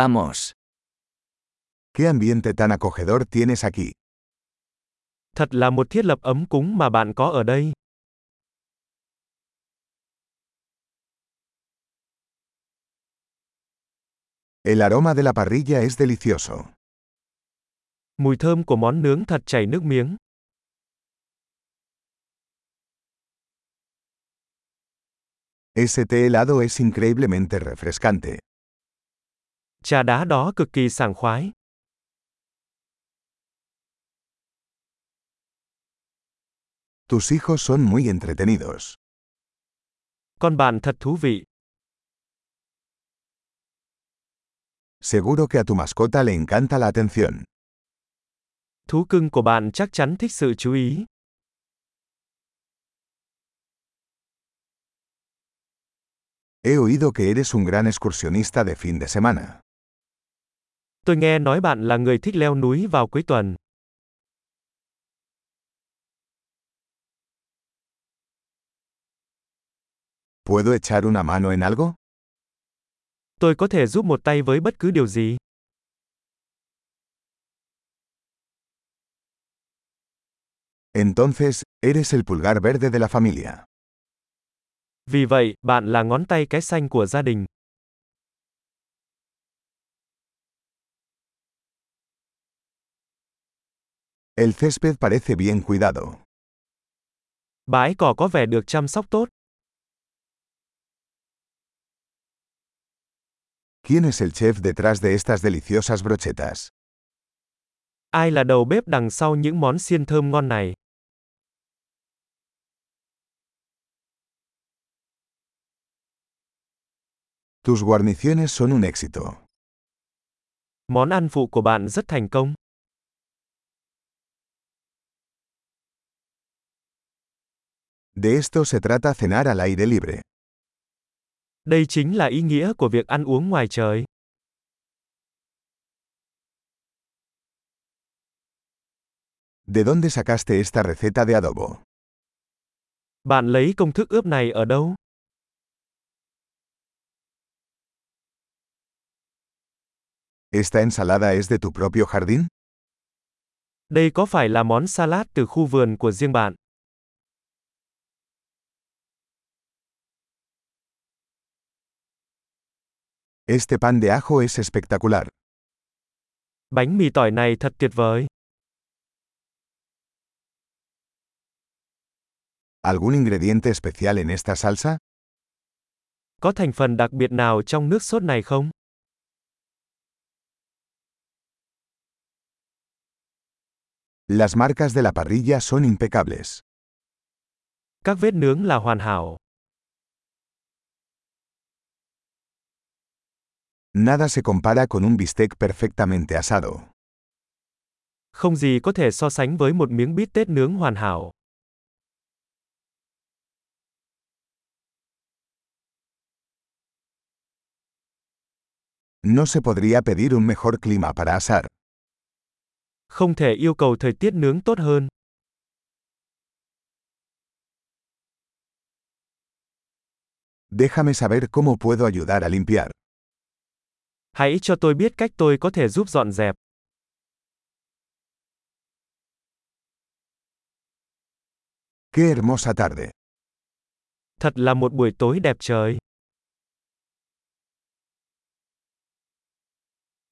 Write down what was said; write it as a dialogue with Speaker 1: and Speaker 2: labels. Speaker 1: Vamos.
Speaker 2: ¿Qué ambiente tan acogedor tienes aquí?
Speaker 3: Thật là một thiết lập ấm cúng mà bạn có ở đây.
Speaker 2: El aroma de la parrilla es delicioso.
Speaker 3: Mùi thơm của món nướng thật chảy nước miếng.
Speaker 2: Ese té helado es increíblemente refrescante.
Speaker 3: Trà đá đó cực kỳ sảng khoái.
Speaker 2: Tus hijos son muy entretenidos.
Speaker 3: Con bạn thật thú vị.
Speaker 2: Seguro que a tu mascota le encanta la atención.
Speaker 3: Thú cưng của bạn chắc chắn thích sự chú ý.
Speaker 2: He oído que eres un gran excursionista de fin de semana.
Speaker 3: Tôi nghe nói bạn là người thích leo núi vào cuối tuần.
Speaker 2: ¿Puedo echar una mano en algo?
Speaker 3: Tôi có thể giúp một tay với bất cứ điều gì.
Speaker 2: Entonces, eres el pulgar verde de la familia.
Speaker 3: Vì vậy, bạn là ngón tay cái xanh của gia đình.
Speaker 2: El césped parece bien cuidado.
Speaker 3: Bãi cỏ có vẻ được chăm sóc tốt.
Speaker 2: ¿Quién es el chef detrás de estas deliciosas brochetas?
Speaker 3: Ai là đầu bếp đằng sau những món xiên thơm ngon này?
Speaker 2: Tus guarniciones son un éxito.
Speaker 3: Món ăn phụ của bạn rất thành công.
Speaker 2: De esto se trata cenar al aire libre.
Speaker 3: Đây chính là ý nghĩa của việc ăn uống ngoài trời.
Speaker 2: ¿De dónde sacaste esta receta de adobo?
Speaker 3: Bạn lấy công thức ướp này ở đâu?
Speaker 2: ¿Esta ensalada es de tu propio jardín?
Speaker 3: Đây có phải là món salad từ khu vườn của riêng bạn?
Speaker 2: Este pan de ajo es espectacular.
Speaker 3: Bánh mì tỏi này thật tuyệt vời.
Speaker 2: ¿Algún ingrediente especial en esta salsa?
Speaker 3: Có thành phần đặc biệt nào trong nước sốt này không?
Speaker 2: Las marcas de la parrilla son impecables.
Speaker 3: Các vết nướng là hoàn hảo.
Speaker 2: Nada se compara con un bistec perfectamente asado.
Speaker 3: Không gì có thể so sánh với một miếng bít tết nướng hoàn hảo.
Speaker 2: No se podría pedir un mejor clima para asar.
Speaker 3: Không thể yêu cầu thời tiết nướng tốt hơn.
Speaker 2: Déjame saber cómo puedo ayudar a limpiar.
Speaker 3: Hãy cho tôi biết cách tôi có thể giúp dọn dẹp.
Speaker 2: Qué hermosa tarde.
Speaker 3: Thật là một buổi tối đẹp trời.